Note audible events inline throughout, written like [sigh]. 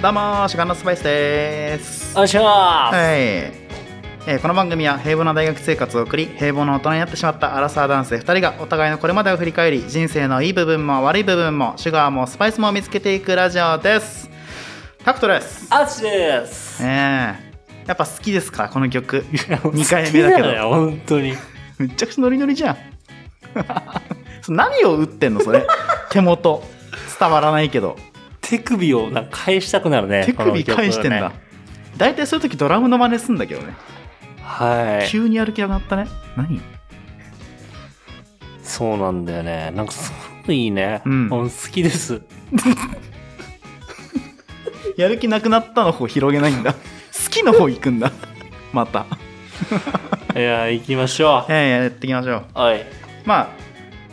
どうもシュガンのスパイスですよいしょはいー、えーこの番組は平凡な大学生活を送り平凡な大人になってしまったアラサー男性2人がお互いのこれまでを振り返り人生のいい部分も悪い部分もシュガーもスパイスも見つけていくラジオですタクトですアツシです [laughs] ええやっぱ好きですかこの曲 [laughs] 2 2回目だけど本当にめちゃくちゃノリノリじゃん [laughs] それ何を打ってんのそれ [laughs] 手元伝わらないけど手首をなんか返したくなるね手首この曲ね返してんだ、大体そういう時ドラムの真似すんだけどね、はい急に歩き上がったね何そうなんだよねなんかすごくいいね、うん俺好きですやる気なくなったの方広げない [laughs] んだ好きの方行くんだ [laughs] またいや行きましょええやっていきましょううはいまあ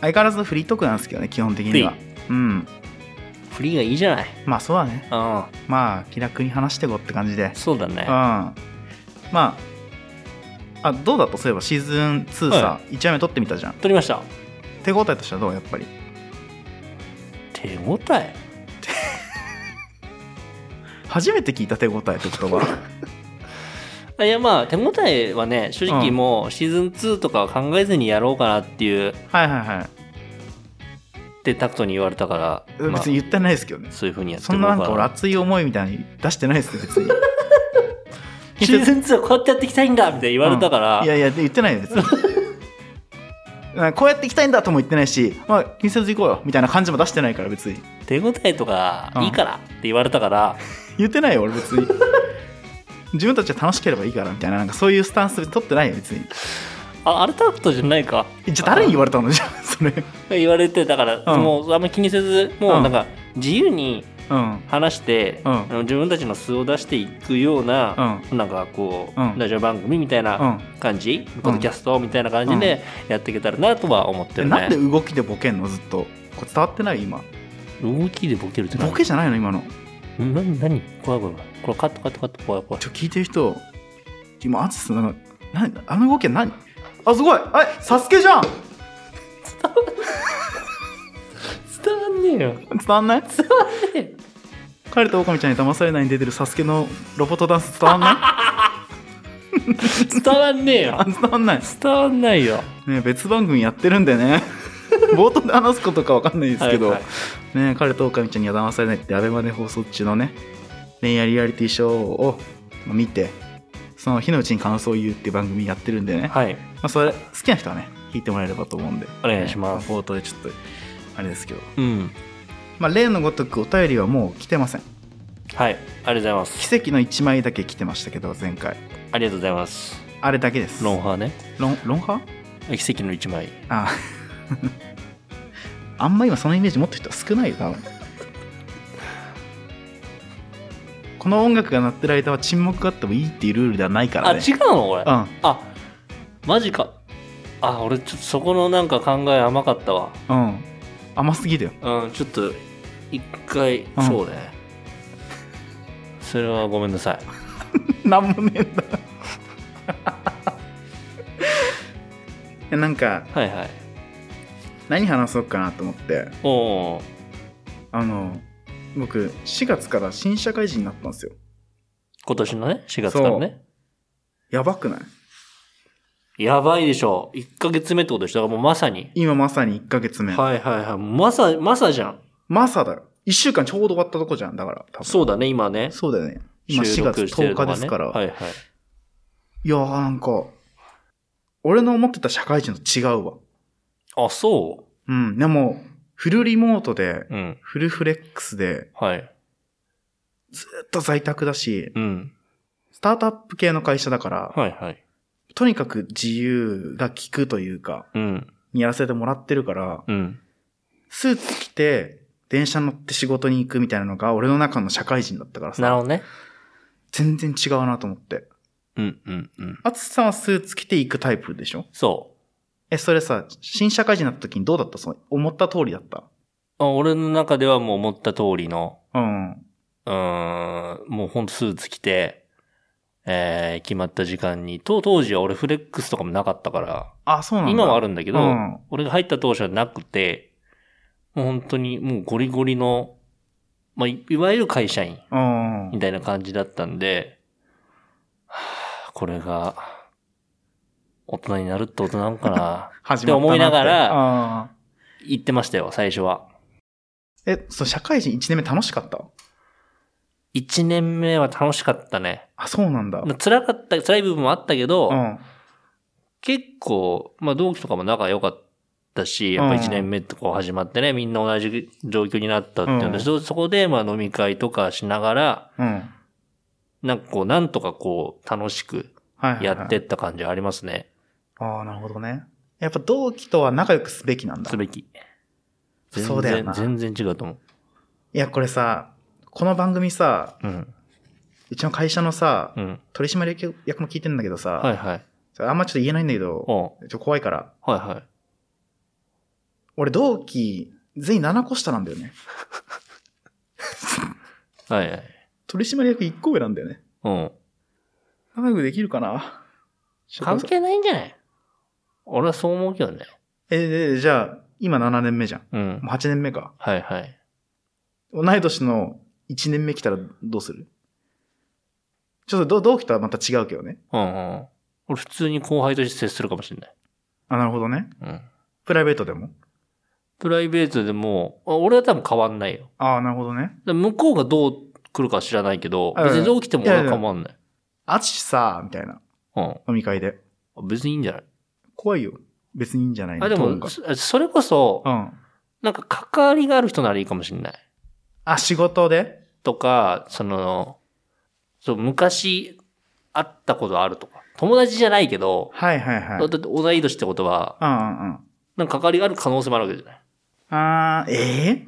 相変わらずフリートークなんですけどね基本的にはフリうんフリーがいいじゃないまあそうだねうんまあ気楽に話してこって感じでそうだねうんまああどうだったそういえばシーズン2さ、は1話目撮ってみたじゃん撮りました手応えとしてはどうやっぱり手応え初めて聞いた手応えって言 [laughs] 葉あいやまあ手応えはね正直うんもうシーズン2とかは考えずにやろうかなっていうはいはいはいってタクトに言われたから、まあ別、に言ってないですけどね、そういうふうにやってそんななんか俺ら熱い思いみたいに出してないですね別に [laughs] シーズン2はこうやってやっていきたいんだみたいに言われたから、うんいやいや言ってないよ [laughs] 別にうんこうやっていきたいんだとも言ってないし、まあ、気にせず行こうよみたいな感じも出してないから別に手応えとかいいからって言われたから、言ってないよ俺 [laughs] 別に自分たちは楽しければいいからみたいななんかそういうスタンス取ってないよ別にああれタクトじゃないかえじゃあ誰に言われたの [laughs] じゃあそれ [laughs] 言われてたから、うんもうあんま気にせずもうなんか自由にうん話して、うんあの自分たちの素を出していくような、なんかこう、うんラジオ番組みたいな感じ、ポッドキャストみたいな感じでやっていけたらなとは思ってえるなんでね、動きでボケんのずっとこれ伝わってない今動きでボケるってボ何ケじゃないの今のな何怖い怖い怖いこれカットカットカット怖い怖いちょ聞いてる人今淳さんなんか何あの動きは何あすごいあれサスケじゃん伝わんねえよ伝わんない伝わんねえ彼と狼ちゃんに騙されないに出てるサスケのロボットダンス伝わん [laughs] ない [laughs] 伝わんねえよあ伝わんない、伝わんないよね、別番組やってるんで [laughs] ね冒頭で話すことかわかんないですけど、はいはいね、彼と狼ちゃんには騙されないってアベマで放送中のね恋愛リアリティショーを見てその日のうちに感想を言うっていう番組やってるんでね、はいまあ、それ好きな人はね聞いてもらえればと思うんでお願いしますね冒頭でちょっとあれですけどうんまあ例のごとくお便りはもう来てませんはいありがとうございます奇跡の1枚だけ来てましたけど前回ありがとうございますあれだけですロンハーねロンロンハー奇跡の一枚あ [laughs] ああんま今そのイメージ持ってる人は少ないよ多分この音楽が鳴ってる間は沈黙があってもいいっていうルールではないかあらね違うのこれうんあマジかあ俺ちょっとそこのなんか考え甘かったわうん甘すぎだようんちょっと一回うんそうねそれはごめんなさいなんもねえんだ [laughs] いやなんかはいはい何話そうかなと思っておおあの僕4月から新社会人になったんですよ今年のね4月からねやばくないやばいでしょ1ヶ月目ってことでしょだからもうまさに今まさに1ヶ月目はいはいはいまさまさじゃんまさだよ1週間ちょうど終わったとこじゃんだから多分そうだね今ねそうだよね。今4月収録して10日るのがねですから。、はいいはいやーなんか、俺の思ってた社会人と違うわ。あそうん。でも、フルリモートで、ううんフルフレックスで、はいずっと在宅だし、うんスタートアップ系の会社だから、はいはいとにかく自由が利くというか、うんやらせてもらってるから、うんスーツ着て、電車乗って仕事に行くみたいなのが、俺の中の社会人だったからなるさ、ほどね全然違うなと思って。うんうんうんあつさんはスーツ着て行くタイプでしょそうえ、それさ、新社会人になった時にどうだったその思った通りだったあ俺の中ではもう思った通りの、うん。うーん、もうほんとスーツ着て、えー決まった時間に、と当時は俺フレックスとかもなかったから、あ、そうなんだ。今はあるるんだけど、うん俺が入った当初はなくて、もう本当にもうゴリゴリの、まあ、いいわゆる会社員うん。みたいな感じだったんで、はあこれが、大人になるってことなの [laughs] かな始って思いながらら。うん言ってましたよ、最初は。え、そう、社会人1年目楽しかった1年目は楽しかったね。あ、そうなんだ。まあ辛かった、辛い部分もあったけど、うん。結構、まあ同期とかも仲良かったし、やっぱうん1年目ってこう始まってね、みんな同じ状況になったっていうので、うんそそこでまあ飲み会とかしながら、うん。はいなんかこう、なんとかこう、楽しくはいはいやってっ。た感じありますね。ああ、なるほどね。やっぱ同期とは仲良くすべきなんだす。べき。全然そうだよな全然違うと思う。いや、これさ、この番組さ、うん。うちの会社のさ、うん。取締役も聞いてんだけどさ、はいはい。あんまちょっと言えないんだけど、おちょっと怖いから。はいはい。俺同期、全員7個下なんだよね。はいはい。取締役1個上なんだよね。うん。仲良くできるかな関係ないんじゃない俺はそう思うけどね。えー、じゃあ、今7年目じゃん。うん。もう8年目か。はいはい。同い年の1年目来たらどうするちょっとど同期とはまた違うけどね。うんうん。俺普通に後輩として接するかもしれない。あ、なるほどね。うん。プライベートでもプライベートでも、あ俺は多分変わんないよ。ああ、なるほどね。だから向こうがどう来るか知らないけど、うん別にどう来てもいやい俺やは変わんない。あちさ、みたいな飲み会で。うん。別にいいんじゃない怖いよ。別にいいんじゃないのあ、でトーンがも、そそれこそ、うん。なんか関わりがある人ならいいかもしれない。あ、仕事でとか、その、そう、昔会ったことあるとか。友達じゃないけど、はいはいはい。うだって同い年ってことは、んうんうん。なんか関わりがある可能性もあるわけじゃない。あーええ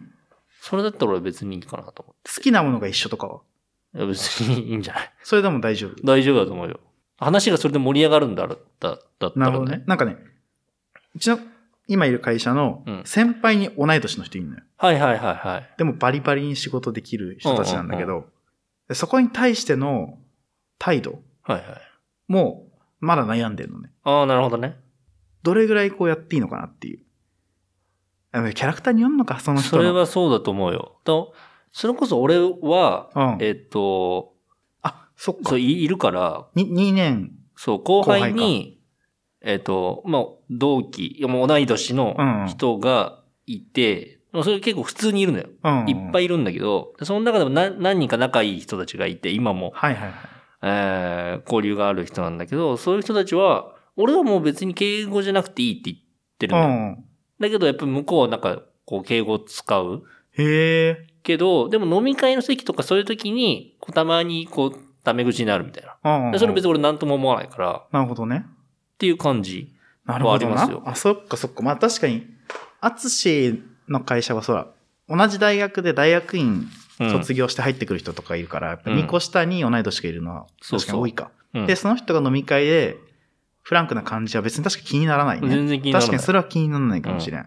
それだったら俺別にいいかなと思好きなものが一緒とかはう。いや別にいいんじゃない [laughs] それでも大丈夫。大丈夫だと思うよ。話がそれで盛り上がるんだろだ、だったならるほどね。。なんかね、うちの今いる会社のうん先輩に同い年の人いるのよ。はいはいはいはい。でもバリバリに仕事できる人たちなんだけど、でそこに対しての態度はいはい。もまだ悩んでるのね。ああ、なるほどね。どれぐらいこうやっていいのかなっていう。あのキャラクターによるのか、その人その。れはそうだと思うよ。と、それこそ俺は、うん。えっと、あ、そっかそう、。いいるから、に2年。そう、後輩に、えっと、まあ、同期、いやもう同い年のうん。人がいて、まあそれ結構普通にいるのよ。うん。いっぱい。いいるんだけど、その中でも何何人か仲いい人たちがいて、今も、はいはいはい。えー交流がある人なんだけど、そういう人たちは、俺はもう別に敬語じゃなくていいって言ってるうのよ。ん。だけど、やっぱ向こうはなんか、こう、敬語を使う。へえ。けど、でも飲み会の席とかそういう時に、こうたまにこう、タメ口になるみたいな。うんうん。でそれ別に俺何とも思わないから、っなるほどね。ていう感じ。なるほどはあなりますよあそっかそっか。まあ確かに、アツシの会社はそら、同じ大学で大学院うん卒業して入ってくる人とかいるから、やっぱうん2個下に同い年がいるのはそう確かそうに多いか。うんで、その人が飲み会で、フランクな感じは別に確か気にならないね。全然気になら確かない。にそれは気にならないかもしれん。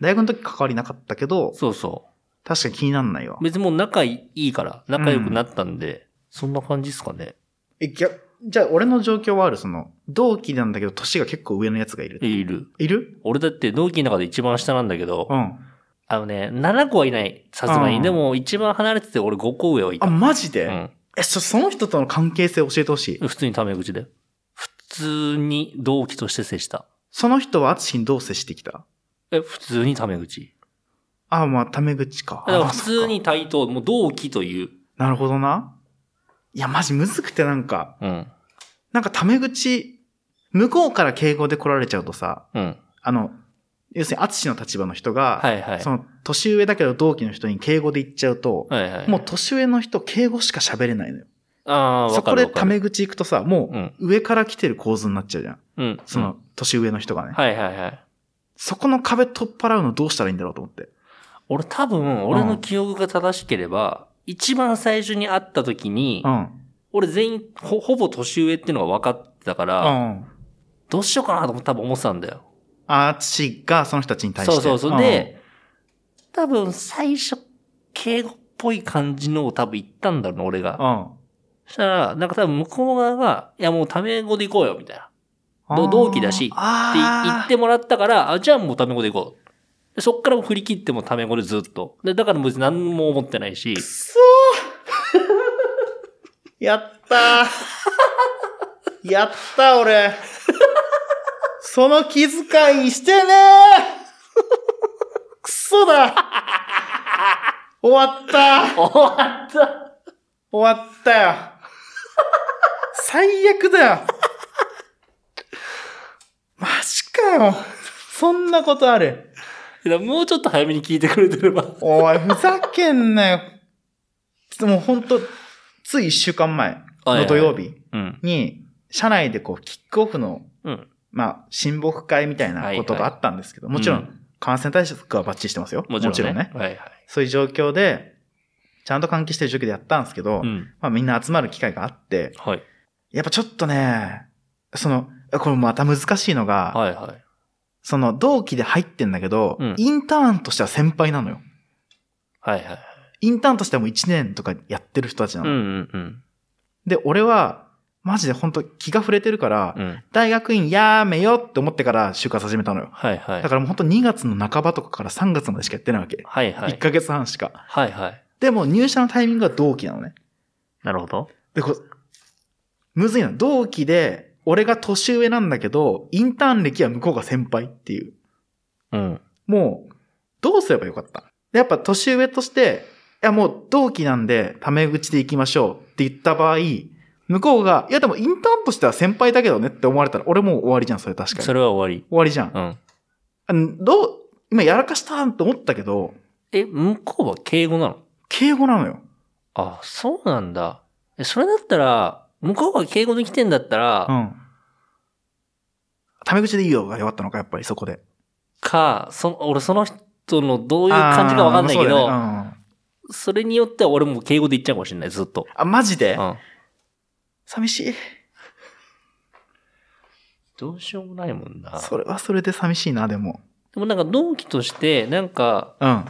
大学の時関わりなかったけど、そうそ確かに気にならないわう。。別にもう仲いいから、仲良くなったんで、そんな感じですかね。え、ぎゃじゃあ俺の状況はある、その、同期なんだけど、年が結構上のやつがいる。いる。いる俺だって同期の中で一番下なんだけど、うん。あのね、7個はいない、さすがうんに。でも一番離れてて俺5個上はいあ、た。マジで、うん。え、そ、その人との関係性教えてほしい。普通にタメ口で。普通に同期として接した。その人は淳にどう接してきたえ、普通にタメ口。あ、まあ、タメ口か。だからあ普通。そっかに対等、もう同期という。なるほどな。いや、マジむずくてなんか、うん。なんかタメ口、向こうから敬語で来られちゃうとさ、うん。あの、要するに淳の立場の人が、はいはい。その、年上だけど同期の人に敬語で言っちゃうと、はいはい。もう年上の人敬語しか喋れないのよ。ああ、そわかこるでわタかる。メ口行くとさ、もうんう上から来てる構図になっちゃうじゃん。うん。その、年上の人がうん。ね。はいはいはい。そこの壁取っ払うのどうしたらいいんだろうと思って。俺多分、俺の記憶が正しければ、一番最初に会った時に、うん。俺全員ほ、ほぼ年上ってのが分かってたかうら、ん。どうしようかなと多分思ってたんだよ。あちがその人たちに対して。そうそうそう。ん、で、多分最初、敬語っぽい感じのを多分言ったんだろうな、俺うが。ん。そしたら、なんか多分向こう側が、いやもうタメ語で行こうよ、みたいな。ど同期だしあってー言ってもらったから、あ、じゃあもうタメ語で行こう。でそっからも振り切ってもタメ語でずっと。で、だから別に何も思ってないし、そーやったーやった俺その気遣いしてねーくそだ終わった終わった終わったよ最悪だよマジかよそんなことあるいやもうちょっと早めに聞いてくれてれば。おい、ふざけんなよ。もうほんと、つい一週間前の土曜日うん。に、社内でこう、キックオフの、うん。まあ、親睦会みたいなことがあったんですけど、いはいもちろ、うん感染対策はバッチリしてますよ。もちろんね。はいはい。そういう状況で、ちゃんと換気してる状況でやったんですけど、うん。まあみんな集まる機会があって、はい。やっぱちょっとね、その、これまた難しいのが、はいはい。その同期で入ってんだけど、うんインターンとしては先輩なのよ。はいはい。インターンとしてはもう1年とかやってる人たちなうんの。うんうん。で、俺は、マジで本当気が触れてるから、うん。大学院やめようって思ってから就活始めたのよ。はいはい。だからもう本当2月の半ばとかから3月までしかやってないわけ。はいは1い。ヶ月半しか。はいはい。でも入社のタイミングは同期なのね。なるほど。で、こう、むずいの。同期で、俺が年上なんだけど、インターン歴は向こうが先輩っていう。うん。もう、どうすればよかったでやっぱ年上として、いやもう同期なんで、タメ口で行きましょうって言った場合、向こうが、いやでもインターンとしては先輩だけどねって思われたら、俺もう終わりじゃん、それ確かに。そ終れは終わわりじゃん。り。うん。あのどう、今やらかしたんと思ったけど、え、向こうは敬語なの敬語なのよ。あ、そうなんだ。え、それだったら、向こうが敬語で来てんだったら、うん。タメ口でいいよが良かったのか、やっぱりそこで。か、そ、俺その人のどういう感じかわかんないけあーど、そうだそよねうんれによっては俺も敬語で言っちゃうかもしれない、ずっと。あ、マジで、うん。寂しい。どうしようもないもんな。それはそれで寂しいな、でも。でもなんか同期として、なんか、うん。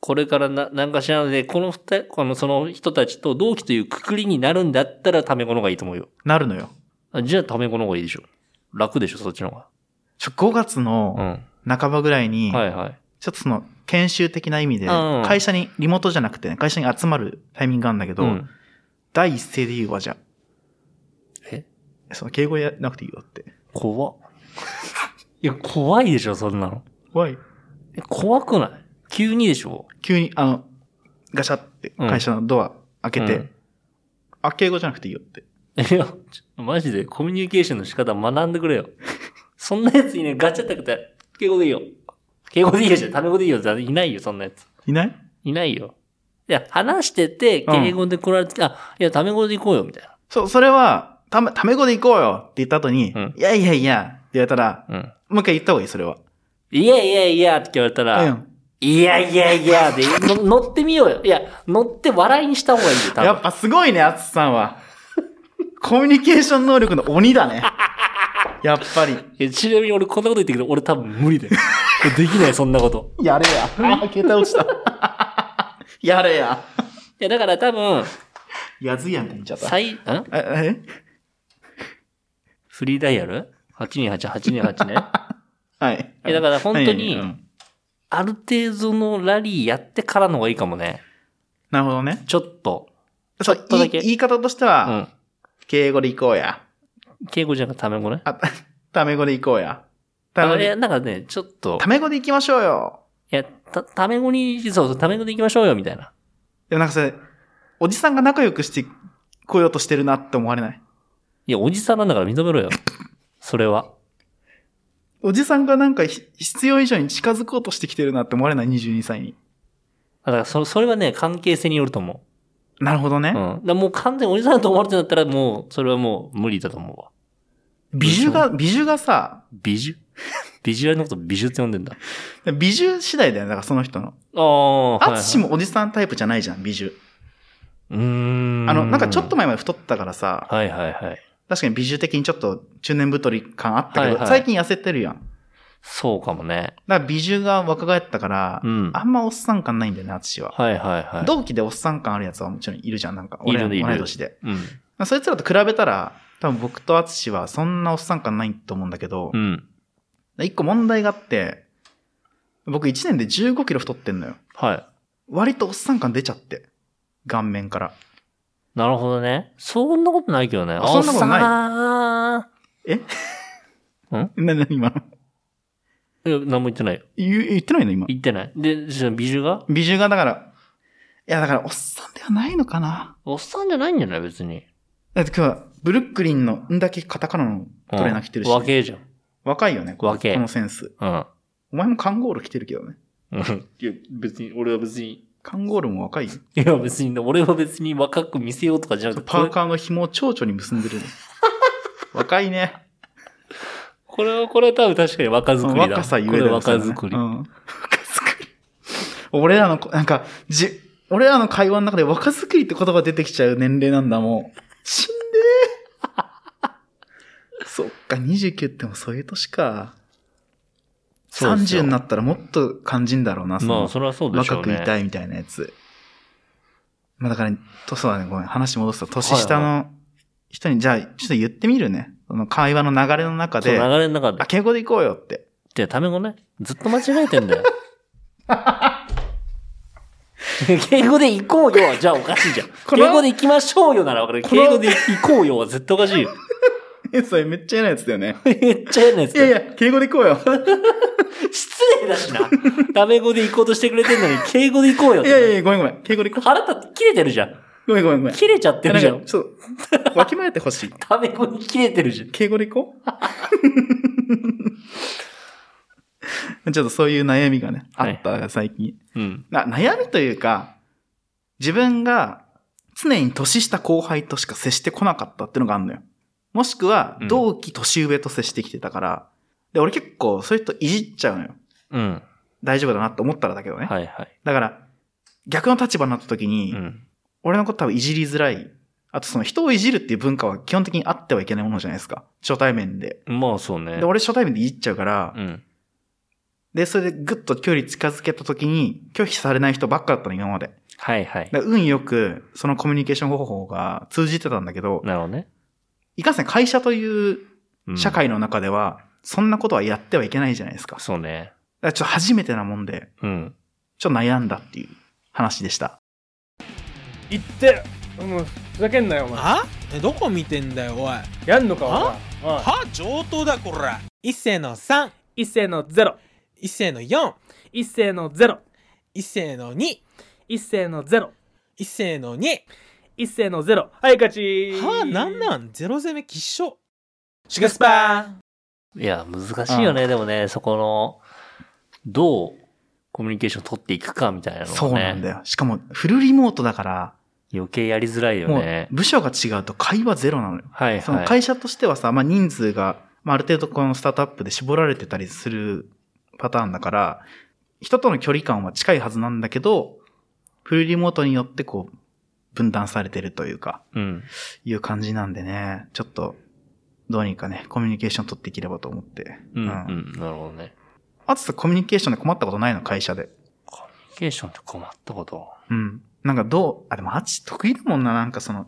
これからな、なんかしらので、この二人、この、その人たちと同期というくくりになるんだったら、タメ語の方がいいと思うよ。なるのよ。あじゃあ、タメ語の方がいいでしょ。楽でしょ、そっちの方が。ちょ、5月うのん。半ばぐらいに、はいはい。ちょっとその研修的な意味で、うん会社に、リモートじゃなくてね、会社に集まるタイミングがあるんだけど、うん第一声で言うわ、じゃえあ。その敬語やなくていいよって。怖っいや、怖いでしょ、そんなの。怖い。え怖くない急にでしょ急に、あの、ガシャってうん会社のドア開けて、うんあ、敬語じゃなくていいよって。いや、ちょマジでコミュニケーションの仕方学んでくれよ。 [laughs] そんなやつにね、ガチャったくて、敬語でいいよ。敬語でいいよじゃん、タメ語でいいよじゃんいないよ、そんなやつ。いないいないよ。いや、話してて、うん敬語で来られて、あ、いや、タメ語で行こうよ、みたいそう、それは、ため、ため語で行こうよって言った後に、うんいやいやいやって言われたら、な。うん。もう一回言った方がいい、それは。いやいやいやって言われたら、うん。いやいやいやで、の乗ってみようよ。いや、乗って笑いにした方がいいよ、多分。やっぱすごいね、アツさん [laughs] は。コミュニケーション能力の鬼だね。やっぱり。いやちなみに俺こんなこと言ってるけど、俺多分無理だよ。 [laughs] できない、そんなこと。やれや。あ、桁落ちた。 [laughs] やれや。いや、だから多分、やずいやんって言っちゃった。最、んえ、えフリーダイヤル ?828、828ね。 [laughs] はい。いやだから本当にはいうんある程度のラリーやってからの方がいいかもね。なるほどね。ちょっと。そう、と言だいけ言い方としてうは、ん。敬語で行こうや。敬語じゃなくてタメ語ね。あ、 [laughs] たタメ語で行こうや。タあメ語のいで、や、なんかね、ちょっとタ。メ語で行きましょうよ。いや、たタメ語に、そうそう、タメ語で行きましょうよ、みたいな。でもなんかそれ、おじさんが仲良くしてこようとしてるなって思われない。いや、おじさんなんだから認め [laughs] ろよ。それは。おじさんがなんかひ必要以上に近づこうとしてきてるなって思われない、22歳に。だからそ、それはね、関係性によると思なるほどねう。う。ん。だからもう完全におじさんだと思われてんだったら、もう、それはもう無理だと思うわ。美女が、美女がさ、美女 [laughs] ビジュアルのこと美女って呼んでんだ。美女次第だよ、だからその人の。ああ、はい、はアい。ツシもおじさんタイプじゃないじゃん、美女。うーん。あの、なんかちょっと。前まで太ったからさ、はいはいはい。確かに美女的にちょっと中年太り感あったけはいど、はい最近痩せてるやん。そうかもね。だから美女が若返ったから、うん。あんまおっさん感ないんだよね、アツシは。はいはいはい。同期でおっさん感あるやつはもちろんいるじゃん、なんか。俺いるねいる同い年で。うん。まあそいつらと比べたら、多分僕とアツシはそんなおっさん感ないと思うんだけどう、ん。一個問題があって、僕1年で15キロ太ってんのよ。はい。割とおっさん感出ちゃって。顔面から。なるほどね。そんなことないけどね。あそんなことないなな、な、今の。い。いや、何も言ってないよ。言う言ってないの今。言ってない。で、じゃあ美女が美女がだから、いやだからおっさんではないのかな。おっさんじゃないんじゃない別に。だって今日はブルックリンのんだけカタカナのトレーナー着てるし、うん若えじゃん。若いよね。こ若えこのセンス。うんお前もカンゴール着てるけどね。うん。いや、別に、俺は別に。いカンゴールも若いよ。や、別に、俺は別に若く見せようとかじゃなくて、パーこれカーの紐を蝶々に結んで [laughs] るの。若いね。これは、これは多分確かに若作りだ。若さゆえこだれよ若作り。それはねうん若作り。俺らのこ、なんか、じ、俺らの会話の中で若作りって言葉出てきちゃう年齢なんだ、もう。死ん [laughs] でーそっか、29ってもうそういう年か。そうですよ30になったらもっと肝心だろうな、そまあ、の、それはそうでしょ若うくね。いたいみたいなやつ。まあだから、と、そうだね、ごめん、話戻すと、年下の人に、じゃあ、ちょっと言ってみるね。その会話の流れの中そう、で、流あ、れの中で。敬語で行こうよって。で、タメ語ね。ずっと間違えてんだよ。 [laughs] 敬語で行こうよは、じゃあおかしいじゃん。こ敬の語で行きましょうよならわかる。の敬語で行こうよは絶対おかしいよ。え、それめっちゃ嫌なやつだよ [laughs] ね。めっちゃ嫌なや [laughs] ついだやいよ。や、敬語で行こう [laughs] よ。失礼だしな。タメ語で行こうとしてくれてんのに、敬語で行こうよっいてやいやいや、ごめんごめん。敬語で行こ腹立って切れてるじゃん。う。ごめんごめんごめん。 [laughs] 切れちゃってるじゃなんかん。ちょっと、わきまえてほしい。タメ語に切れてるじゃん。敬語で行こう。 [laughs] ちょっとそういう悩みがね、あはいった、最近。うん。な悩みというか、自分が常に年下後輩としか接してこなかったっていうのがあるのよ。もしくはうん、同期年上と接してきてたから、で、俺結構そういう人いじっちゃうのよ。うん。大丈夫だなって思ったらだけどね。はいはい。だから、逆の立場になった時に、うん。俺のこと多分いじりづらい。あとその人をいじるっていう文化は基本的にあってはいけないものじゃないですか。初対面で。まあそうねで、。俺初対面でいじっちゃうから、うん。で、それでぐっと距離近づけた時に拒否されない人ばっかだったの、今まで。はいはい。で運よくそのコミュニケーション方法が通じてたんだけど、なるほどね。いかんせん会社といううん社。会の中では、そんなことはやってはいけないじゃないですか。だかそうね。らちょっと初めてなもんで、うん。ちょっと悩んだっていう話でした。行ってもうふざけんなよお前はえどこ見てんだよおいやんのかお前はおいは上等だこら一世の3一斉のゼロ一世の4一斉のゼロ一世の2一斉のゼロ一世の2一斉のゼロはい勝ちはなんなんゼロ攻めきっしょシュガースパーいや、難しいよね。でもね、そこの、どうコミュニケーション取っていくかみたいなのがね。そうなんだよ。しかも、フルリモートだから、余計やりづらいよもうね。部署が違うと会話ゼロなのよ。はいそのはい。会社としてはさ、まあ、人数が、まあ、ある程度このスタートアップで絞られてたりするパターンだから、人との距離感は近いはずなんだけど、フルリモートによってこう、分断されてるというか、うん。いう感じなんでね、ちょっと、どうにかね、コミュニケーション取っていければと思って。うん。うん。なるほどね。あとさ、コミュニケーションで困ったことないの、会社で。コミュニケーションって困ったこと。うん。なんかどう、あ、でもあっち得意だもんな、なんかその、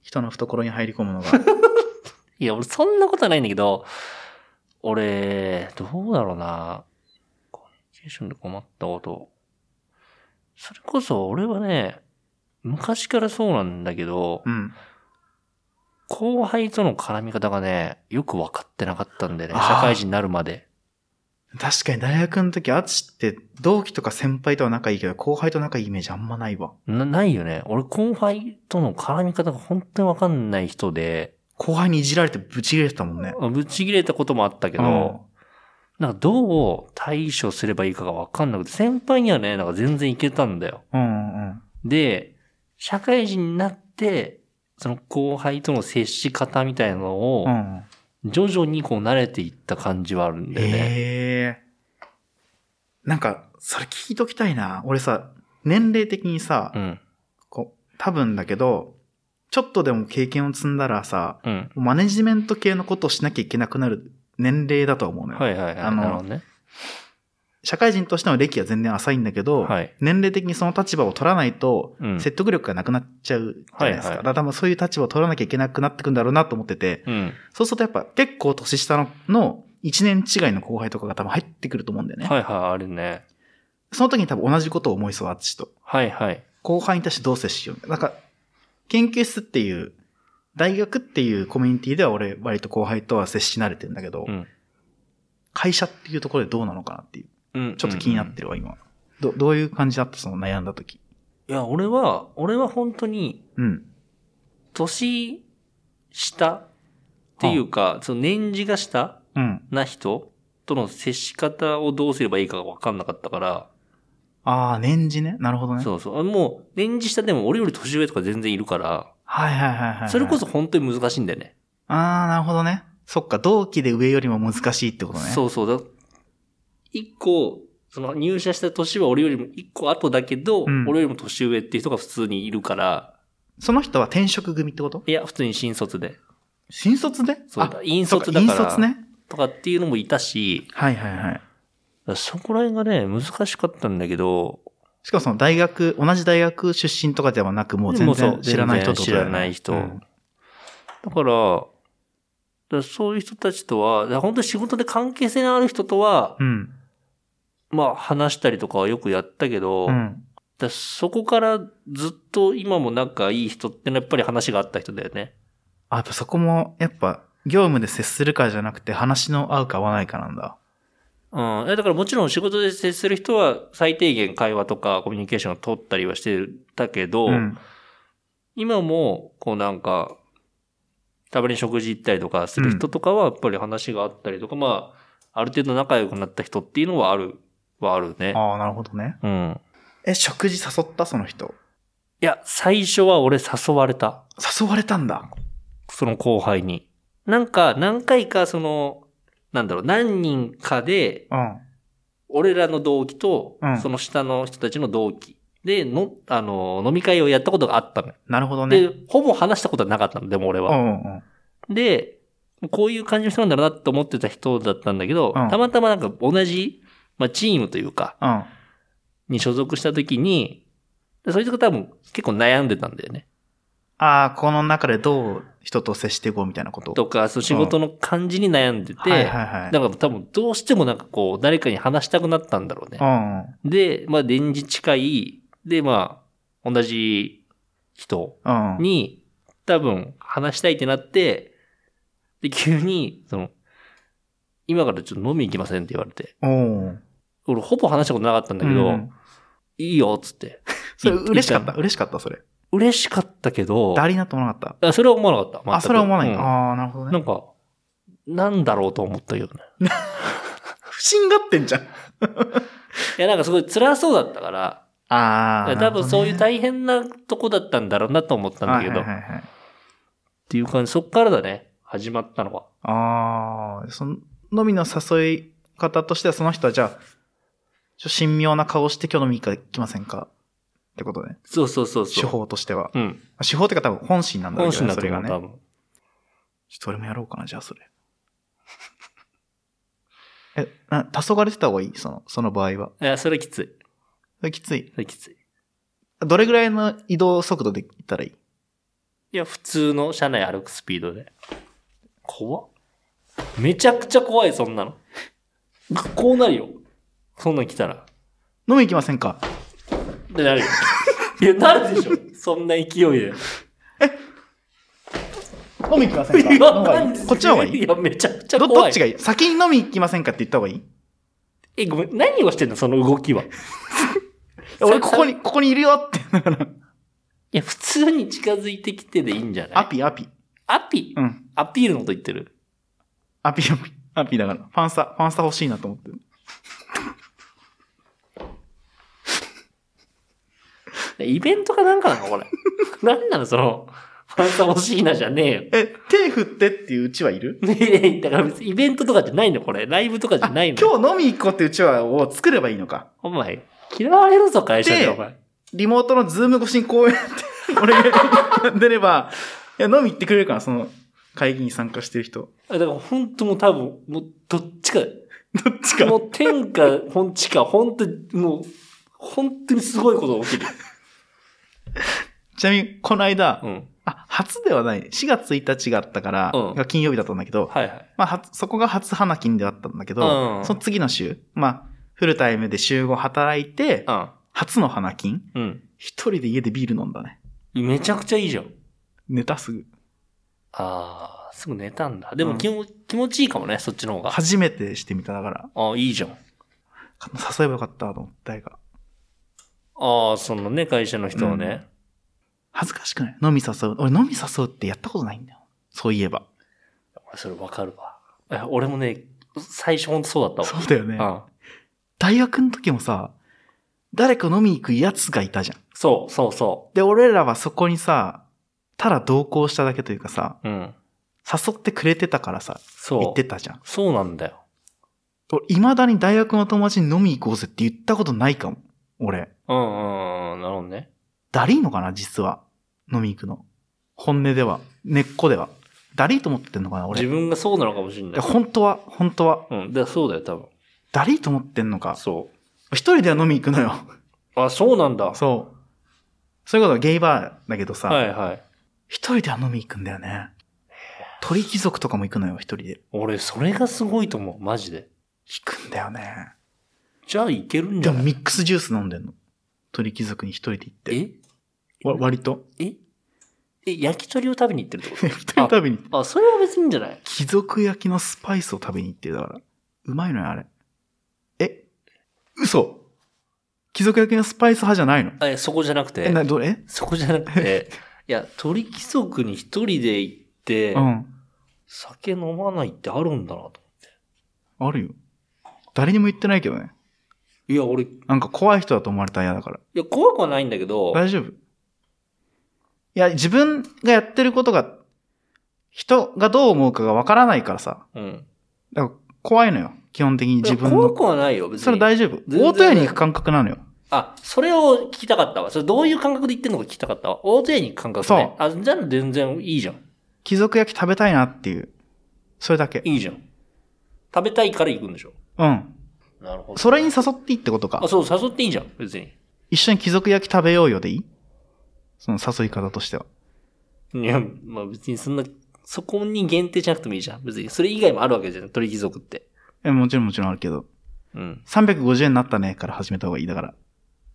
人の懐に入り込む [laughs] のが。いや、俺そんなことはないんだけど、俺、どうだろうな。コミュニケーションで困ったこと。それこそ俺はね、昔からそうなんだけど、うん。後輩との絡み方がね、よく分かってなかったんでね、あー社会人になるまで。確かに大学の時、あっちって同期とか先輩とは仲いいけど、後輩と仲いいイメージあんまないわ。なないよね。俺後輩との絡み方が本当に分かんない人で、後輩にいじられてブチ切れてたもんね。ぶち切れたこともあったけど、なんかどう対処すればいいかが分かんなくて、先輩にはね、なんか全然いけたんだよ。うん、うんうんで、社会人になって、その後輩との接し方みたいなのをう、ん。うん。徐々にこう慣れていった感じはあるんだよね。ええなんか、それ聞いときたいな。俺さ、年齢的にさ、うん。こう多分だけど、ちょっとでも経験を積んだらさ、うん。マネジメント系のことをしなきゃいけなくなる年齢だと思うのよ。はいはいはい。あのなるほどね。社会人としての歴は全然浅いんだけど、はい年齢的にその立場を取らないとう、ん説得力がなくなっちゃうじゃないですか。はだいはいから多分そういう立場を取らなきゃいけなくなってくんだろうなと思ってて、うん。そうするとやっぱ結構年下のの1年違いの後輩とかが多分入ってくると思うんだよね。はいはい、あるね。その時に多分同じことを思いそう、あっちと。はいはい。後輩に対してどう接しよう。なんか、研究室っていう、大学っていうコミュニティでは俺割と後輩とは接し慣れてんだけど、うん会社っていうところでどうなのかなっていう、うん。ちょっと気になってるわ、今。ど、どういう感じだったその悩んだ時。うん。いや、俺は、俺は本当に、うん。年下っていうか、その年次が下うん。な人との接し方をどうすればいいかが分かんなかったから、ああ、年次ね。なるほどね。そうそう。もう、年次下でも俺より年上とか全然いるから、はいはいはいはい。それこ。そ本当に難しいんだよね。ああ、なるほどね。そっか、同期で上よりも難しいってことね。う。そうそうだ。一個、その入社した年は俺よりも一個後だけど、うん俺よりも年上っていう人が普通にいるから、その人は転職組ってこといや、普通に新卒で、新卒でそうだあ引率そっだから引率ね。とかっていうのもいたし、はいはいはい。そこら辺がね、難しかったんだけど、しかもその大学、同じ大学出身とかではなく、もう全もうそ然う知らない人ってことだよね全然知らない人うんだから、だからそういう人たちとは、だから本当に仕事で関係性のある人とは、うん。まあ話したりとかはよくやったけど、うん。だからそこからずっと今も仲いい人ってのはやっぱり話があった人だよね。あ、やっぱそこも、やっぱ、業務で接するかじゃなくて、話の合うか合わないかなんだ。うん。えだからもちろん仕事で接する人は最低限会話とかコミュニケーションを取ったりはしてたけど、うん。今もこうなんか、たまに食事行ったりとかする人とかはやっぱり話があったりとか、まあ、ある程度仲良くなった人っていうのはある、はあるね。ああ、なるほどね。うん。え、食事誘ったその人。いや、最初は俺誘われた。誘われたんだ。その後輩に。なんか、何回かその、なんだろう、何人かで、うん。俺らの同期とうん、その下の人たちの同期で、の、あの、飲み会をやったことがあったのよ。なるほどね。で、ほぼ話したことはなかったの、でも俺うは。んうんうん。で、こういう感じの人なんだろうなって思ってた人だったんだけど、うんたまたまなんか同じ、まあ、チームというか、うん。に所属した時に、でそいつが多分結構悩んでたんだよね。ああ、この中でどう人と接していこうみたいなこと。とか、その仕事の感じに悩んでて、はいはいはい。だから多分どうしてもなんかこう、誰かに話したくなったんだろうねう。んうん。で、まあ、電磁近い、で、まあ、同じ人うん。に、多分話したいってなって、で、急に、その、今からちょっと飲み行きませんって言われて。おー俺、ほぼ話したことなかったんだけど、うんいいよ、っつって。それ嬉しかった。い嬉しかった、それ。嬉しかったけど、だりなと思わなかっあそれは思わなかった。た。あ、それは思わない。かああ、なるほどなね。んか、なんだろうと思ったけどね。不審がってんじゃん。いや、なんかすごい辛そうだったから、ああ。多分そういうイ大変なとこだったんだろうなと思ったんだけど、はいはいはいはいっていう感じ、そっからだね、始まったのは。ああ、その、のみの誘い方としては、その人はじゃあ、ちょ神妙な顔して今日飲みに行きませんかってことね。そうそうそうそう。手法としては。うん。手法っていうか多分本心なんだろう本けど心ね、それだとが思う、ね。ちょ多っ分。と俺もやろうかな、じゃあそれ。 [laughs] え、な、黄昏れてた方がいいその、その場合は。いや、それきつい。それきつい。それきつい。どれぐらいの移動速度で行ったらいいいや、普通の車内歩くスピードで。怖っめちゃくちゃ怖い、そんなの。こうなるよ。そんなん来たら。飲みに行きませんかで、なるよ。 [laughs] いや、なるでしょ。そんな勢いで。飲みに行きませんかいや、の方がいいなんでこっちの方がいいいや、めちゃくちゃど怖い。どっちがいい先に飲みに行きませんかって言った方がいいえ、ごめん、何をしてんのその動きは。 [laughs] 俺ここに、ここにいるよって。いや、普通に近づいてきてでいいんじゃないアピアピ。アピうん。アピールのこと言ってる。アピアピ。アピだから。ファンサ、ファンサ欲しいなと思ってる。イベントかなんかなのこれ。 [laughs] なんなのその、ファンサ欲しいなじゃねえよ。え、手振ってっていううちはいるねえ、だから別にイベントとかじゃないのこれ。ライブとかじゃないの。今日飲み行こうってうちわを作ればいいのか。お前、嫌われるぞ、会社で、でお前。リモートのズーム越しにこうやって、俺が出れば、いや、飲み行ってくれるから、その、会議に参加してる人。あだから本当もう多分、もうどっちか、どっちか。もう天か本地か、本当に、もう、本当にすごいことが起きる。ちなみに、この間、うん。あ、初ではない。4月1日があったから、うんが金曜日だったんだけど、はいはい。まあ、初そこが初花金ではあったんだけうど、んその次の週、まあ、フルタイムで週5働いて、初の花金、うん。一人で家でビール飲んだね。うん。めちゃくちゃいいじゃん。寝たすぐ。ああ、すぐ寝たんだ。でうもん気も、気持ちいいかもね、そっちの方が。初めてしてみただから、ああ、いいじゃん。誘えばよかったと思って、誰か。ああ、そのね、会社の人はね。恥ずかしくない飲み誘う。俺飲み誘うってやったことないんだよ。そういえば。俺それわかるわ。え俺もね、最初ほんとそうだったそわ。うだよね。うん。大学の時もさ、誰か飲みに行くやつがいたじゃん。そうそうそで、俺らはそこにさ、ただ同行しただけというかさ、う。うん。誘ってくれてたからさ、そう。行ってたじゃん。そうなんだよ。俺、未だに大学の友達に飲み行こうぜって言ったことないかも。俺。うんうんうん、なるほどね。だりーのかな実は。飲み行くの。本音では。根っこでは。だりーと思ってんのかな俺。自分がそうなのかもしれいやない。本当は、本当は。うん、でそうだよ、多分。だりーと思ってんのか。そ一人では飲み行くの [laughs] よ。う。あ、そうなんだ。そう。そういうことはゲイバーだけどさ、はいはい。一人では飲み行くんだよね。鳥貴族とかも行くのよ、一人で。俺、それがすごいと思う、マジで。行くんだよね。じゃあ、いけるんじでゃもないミックスジュース飲んでんの。鳥貴族に一人で行って。えわ割と。ええ、焼き鳥を食べに行ってるってこ [laughs] 一人食べに行って。 [laughs] とあ、それは別にいいんじゃない貴族焼きのスパイスを食べに行ってるだから。うまいのよ、あれ。え嘘貴族焼きのスパイス派じゃないのあいやそこじゃなくえ、て、な、どれそこじゃなく [laughs] て、いや、鳥貴族に一人で行って、えうん。酒飲まないってあるんだなと。あるよ。誰にも言ってないけどね。いや、俺、いなんか怖い人だと思われたら嫌だから。や、怖くはないんだけど、大丈夫いや、自分がやってることが、人がどう思うかがわからないからさ。うん。だから怖いのよ。基本的に自分いや怖の。くはないよ、別に。それ大丈夫。全然大戸屋に行く感覚なのよ。あ、それを聞きたかったわ。それどういう感覚で言ってんのか聞きたかったわ。大勢に行く感覚ね。あ、じゃあ全然いいじゃん。貴族焼き食べたいなっていう。それだけ。いいじゃん。食べたいから行くんでしょ。うん。なるほど。それに誘っていいってことあ、か。そう、誘っていいじゃん、別に。一緒に貴族焼き食べようよでいいその誘い方としては。いや、まあ別にそんな、そこに限定じゃなくてもいいじゃん。別に、それ以外もあるわけじゃん、鳥貴族って。え、もちろんもちろんあるけど。うん。 350円になったねから始めた方がいいだから。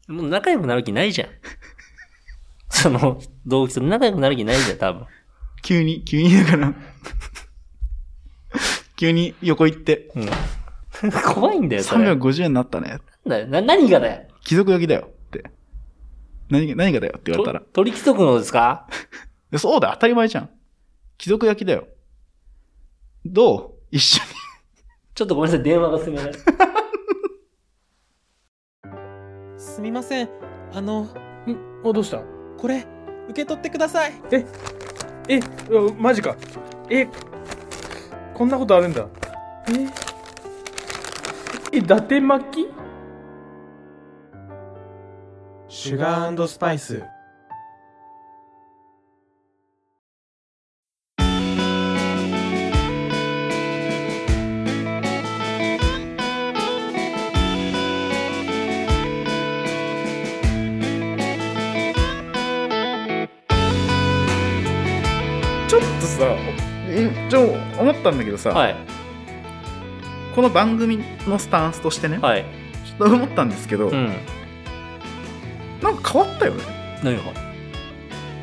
もう仲良くなる気ないじゃん。 [laughs] その、同期と仲良くなる気ないじゃん、多分。急に、急にだから。 [laughs] 急に横行って、うん。 [laughs] 怖いんだよ、それ。なん350円になったね。だよな、何がだよ。貴族焼きだよって。何が、何がだよって言われたらと。鳥貴族のですかでそうだ、当たり前じゃん。貴族焼きだよ。どう一緒に。ちょっとごめんなさい、電話が進め [laughs] ない。すみませんあのんおどうしたこれ受け取ってくださいえうマジかえこんなことあるんだええ伊達巻きシュガースパイスちょっとさ、えちょ、思ったんだけどさ、はい。この番組のスタンスとしてね、はい。ちょっと思ったんですけど、うん。なんか変わったよね。何が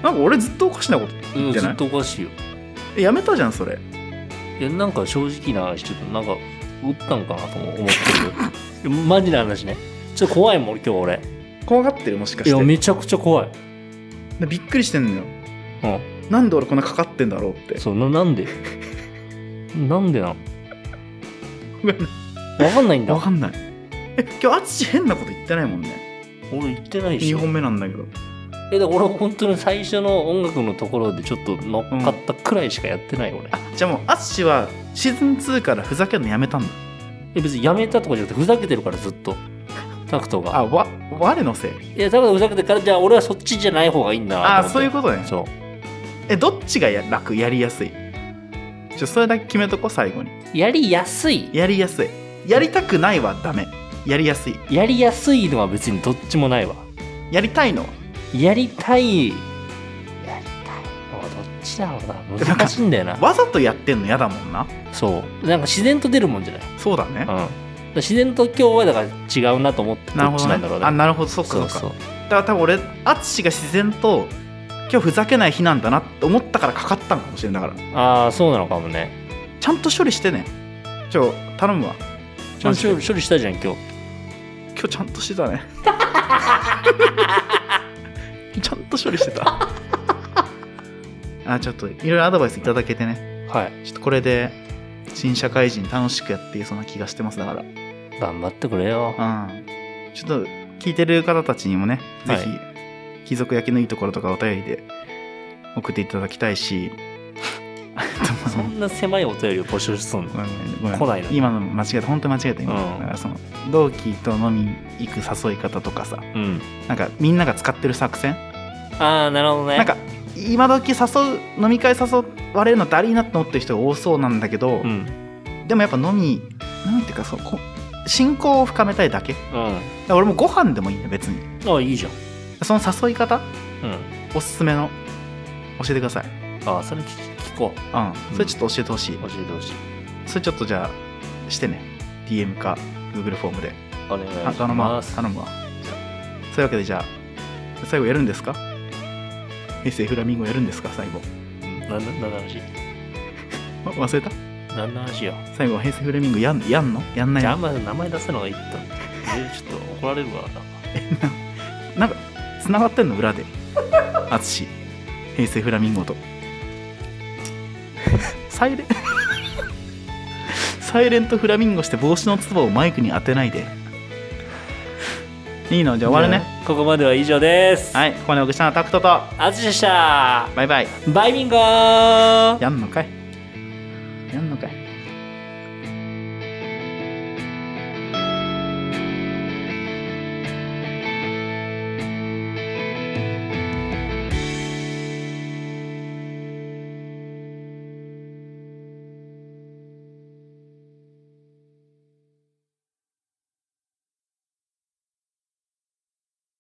なんか俺ずっとおかしなことう言んってずなっいとおかしいよ。えやめたじゃん、それ。いや、なんか正直な話、ちょっとなんか、打ったんかなとも思ってる。 [laughs] いやマジな話ね。ちょっと怖いもん、俺今日俺。怖がってる、もしかいしや、て。めちゃくちゃ怖い。でびっくりしてんのよ。うなんで俺こんなかかってんだろうってん。。そう、な、なんでなんでなの [laughs] ごめんわかんないんだわ。かんない。え、今日、淳変なこと言ってないもんね。俺言ってないし。 2本目なんだけど。え、だから俺本当に最初の音楽のところでちょっと乗っかったくらいしかやってない、俺。あ、じゃあもう、淳はシーズン2からふざけるのやめたんだ。え、別にやめたとかじゃなくて、ふざけてるからずっと。タクトが。あ、わ、我のせい。いや、タクトふざけてるから、じゃあ俺はそっちじゃない方がいいんだなあと思って。そういうことねそう。えどっちがや楽やりやすいちょそれだけ決めとこう最後にやりやすいやりやすいやりたくないはダメやりやすいやりやすいのは別にどっちもないわやりたいのはやりたいやりたいのはどっちだろうな難しいんだよなわざとやってんの嫌だもんなそうなんか自然と出るもんじゃない、そうだねうん、だから自然と今日はだから違うなと思ってこなるほっどちねなんだろうねあなるほどそっかそそうっかそうだから多分俺淳が自然と今日ふざけない日なんだなって思ったからかかったんかもしれんだからああそうなのかもねちゃんと処理してねちょ頼むわちゃんマジでと処理したじゃん今日今日ちゃんとして [laughs] たねちゃんと処理してたあちょっといろいろアドバイスいただけてねはいちょっとこれで新社会人楽しくやっていそうな気がしてますだから頑張ってくれようんちょっと聞いてる方たちにもね、はいぜひ貴族焼きのいいところとかお便りで送っていただきたいしあとそんな狭いお便りを募集すん [laughs] のごめんごめん来ごなめいのん今の間違えた本当に間違えた今の、うんだからその同期と飲みに行く誘い方とかさうんなんかみんなが使ってる作戦ああなるほどねなんか今時誘う飲み会誘われるのだりーなって思ってる人が多そうなんだけど、うんうんでもやっぱ飲みなんていうかそうこ信仰を深めたいだけだから俺もご飯でもいいね別にああいいじゃんその誘い方うんおすすめの教えてくださいああそれ聞き聞こううんそれちょっと教えてほしい、教えてほしいそれちょっとじゃあしてね DM か Google フォームでお願いしあます頼むわ頼むわじゃあそういうわけでじゃあ最後やるんですか平成フラミンゴやるんですか最後うんなんなんの話わ忘れた何の話よ最後平成フラミンゴやんやんのやんないじゃああのんま名前出すのがいいとえちょっと怒られるわなんかつながってんの裏で淳平成フラミンゴと [laughs] サイレン [laughs] サイレントフラミンゴして帽子のつばをマイクに当てないでいいのじゃあ終わるねここまでは以上ですはいここまでお送りしたのはタクトとあずしでしたバイバイバイビンゴーやんのかいやんのかい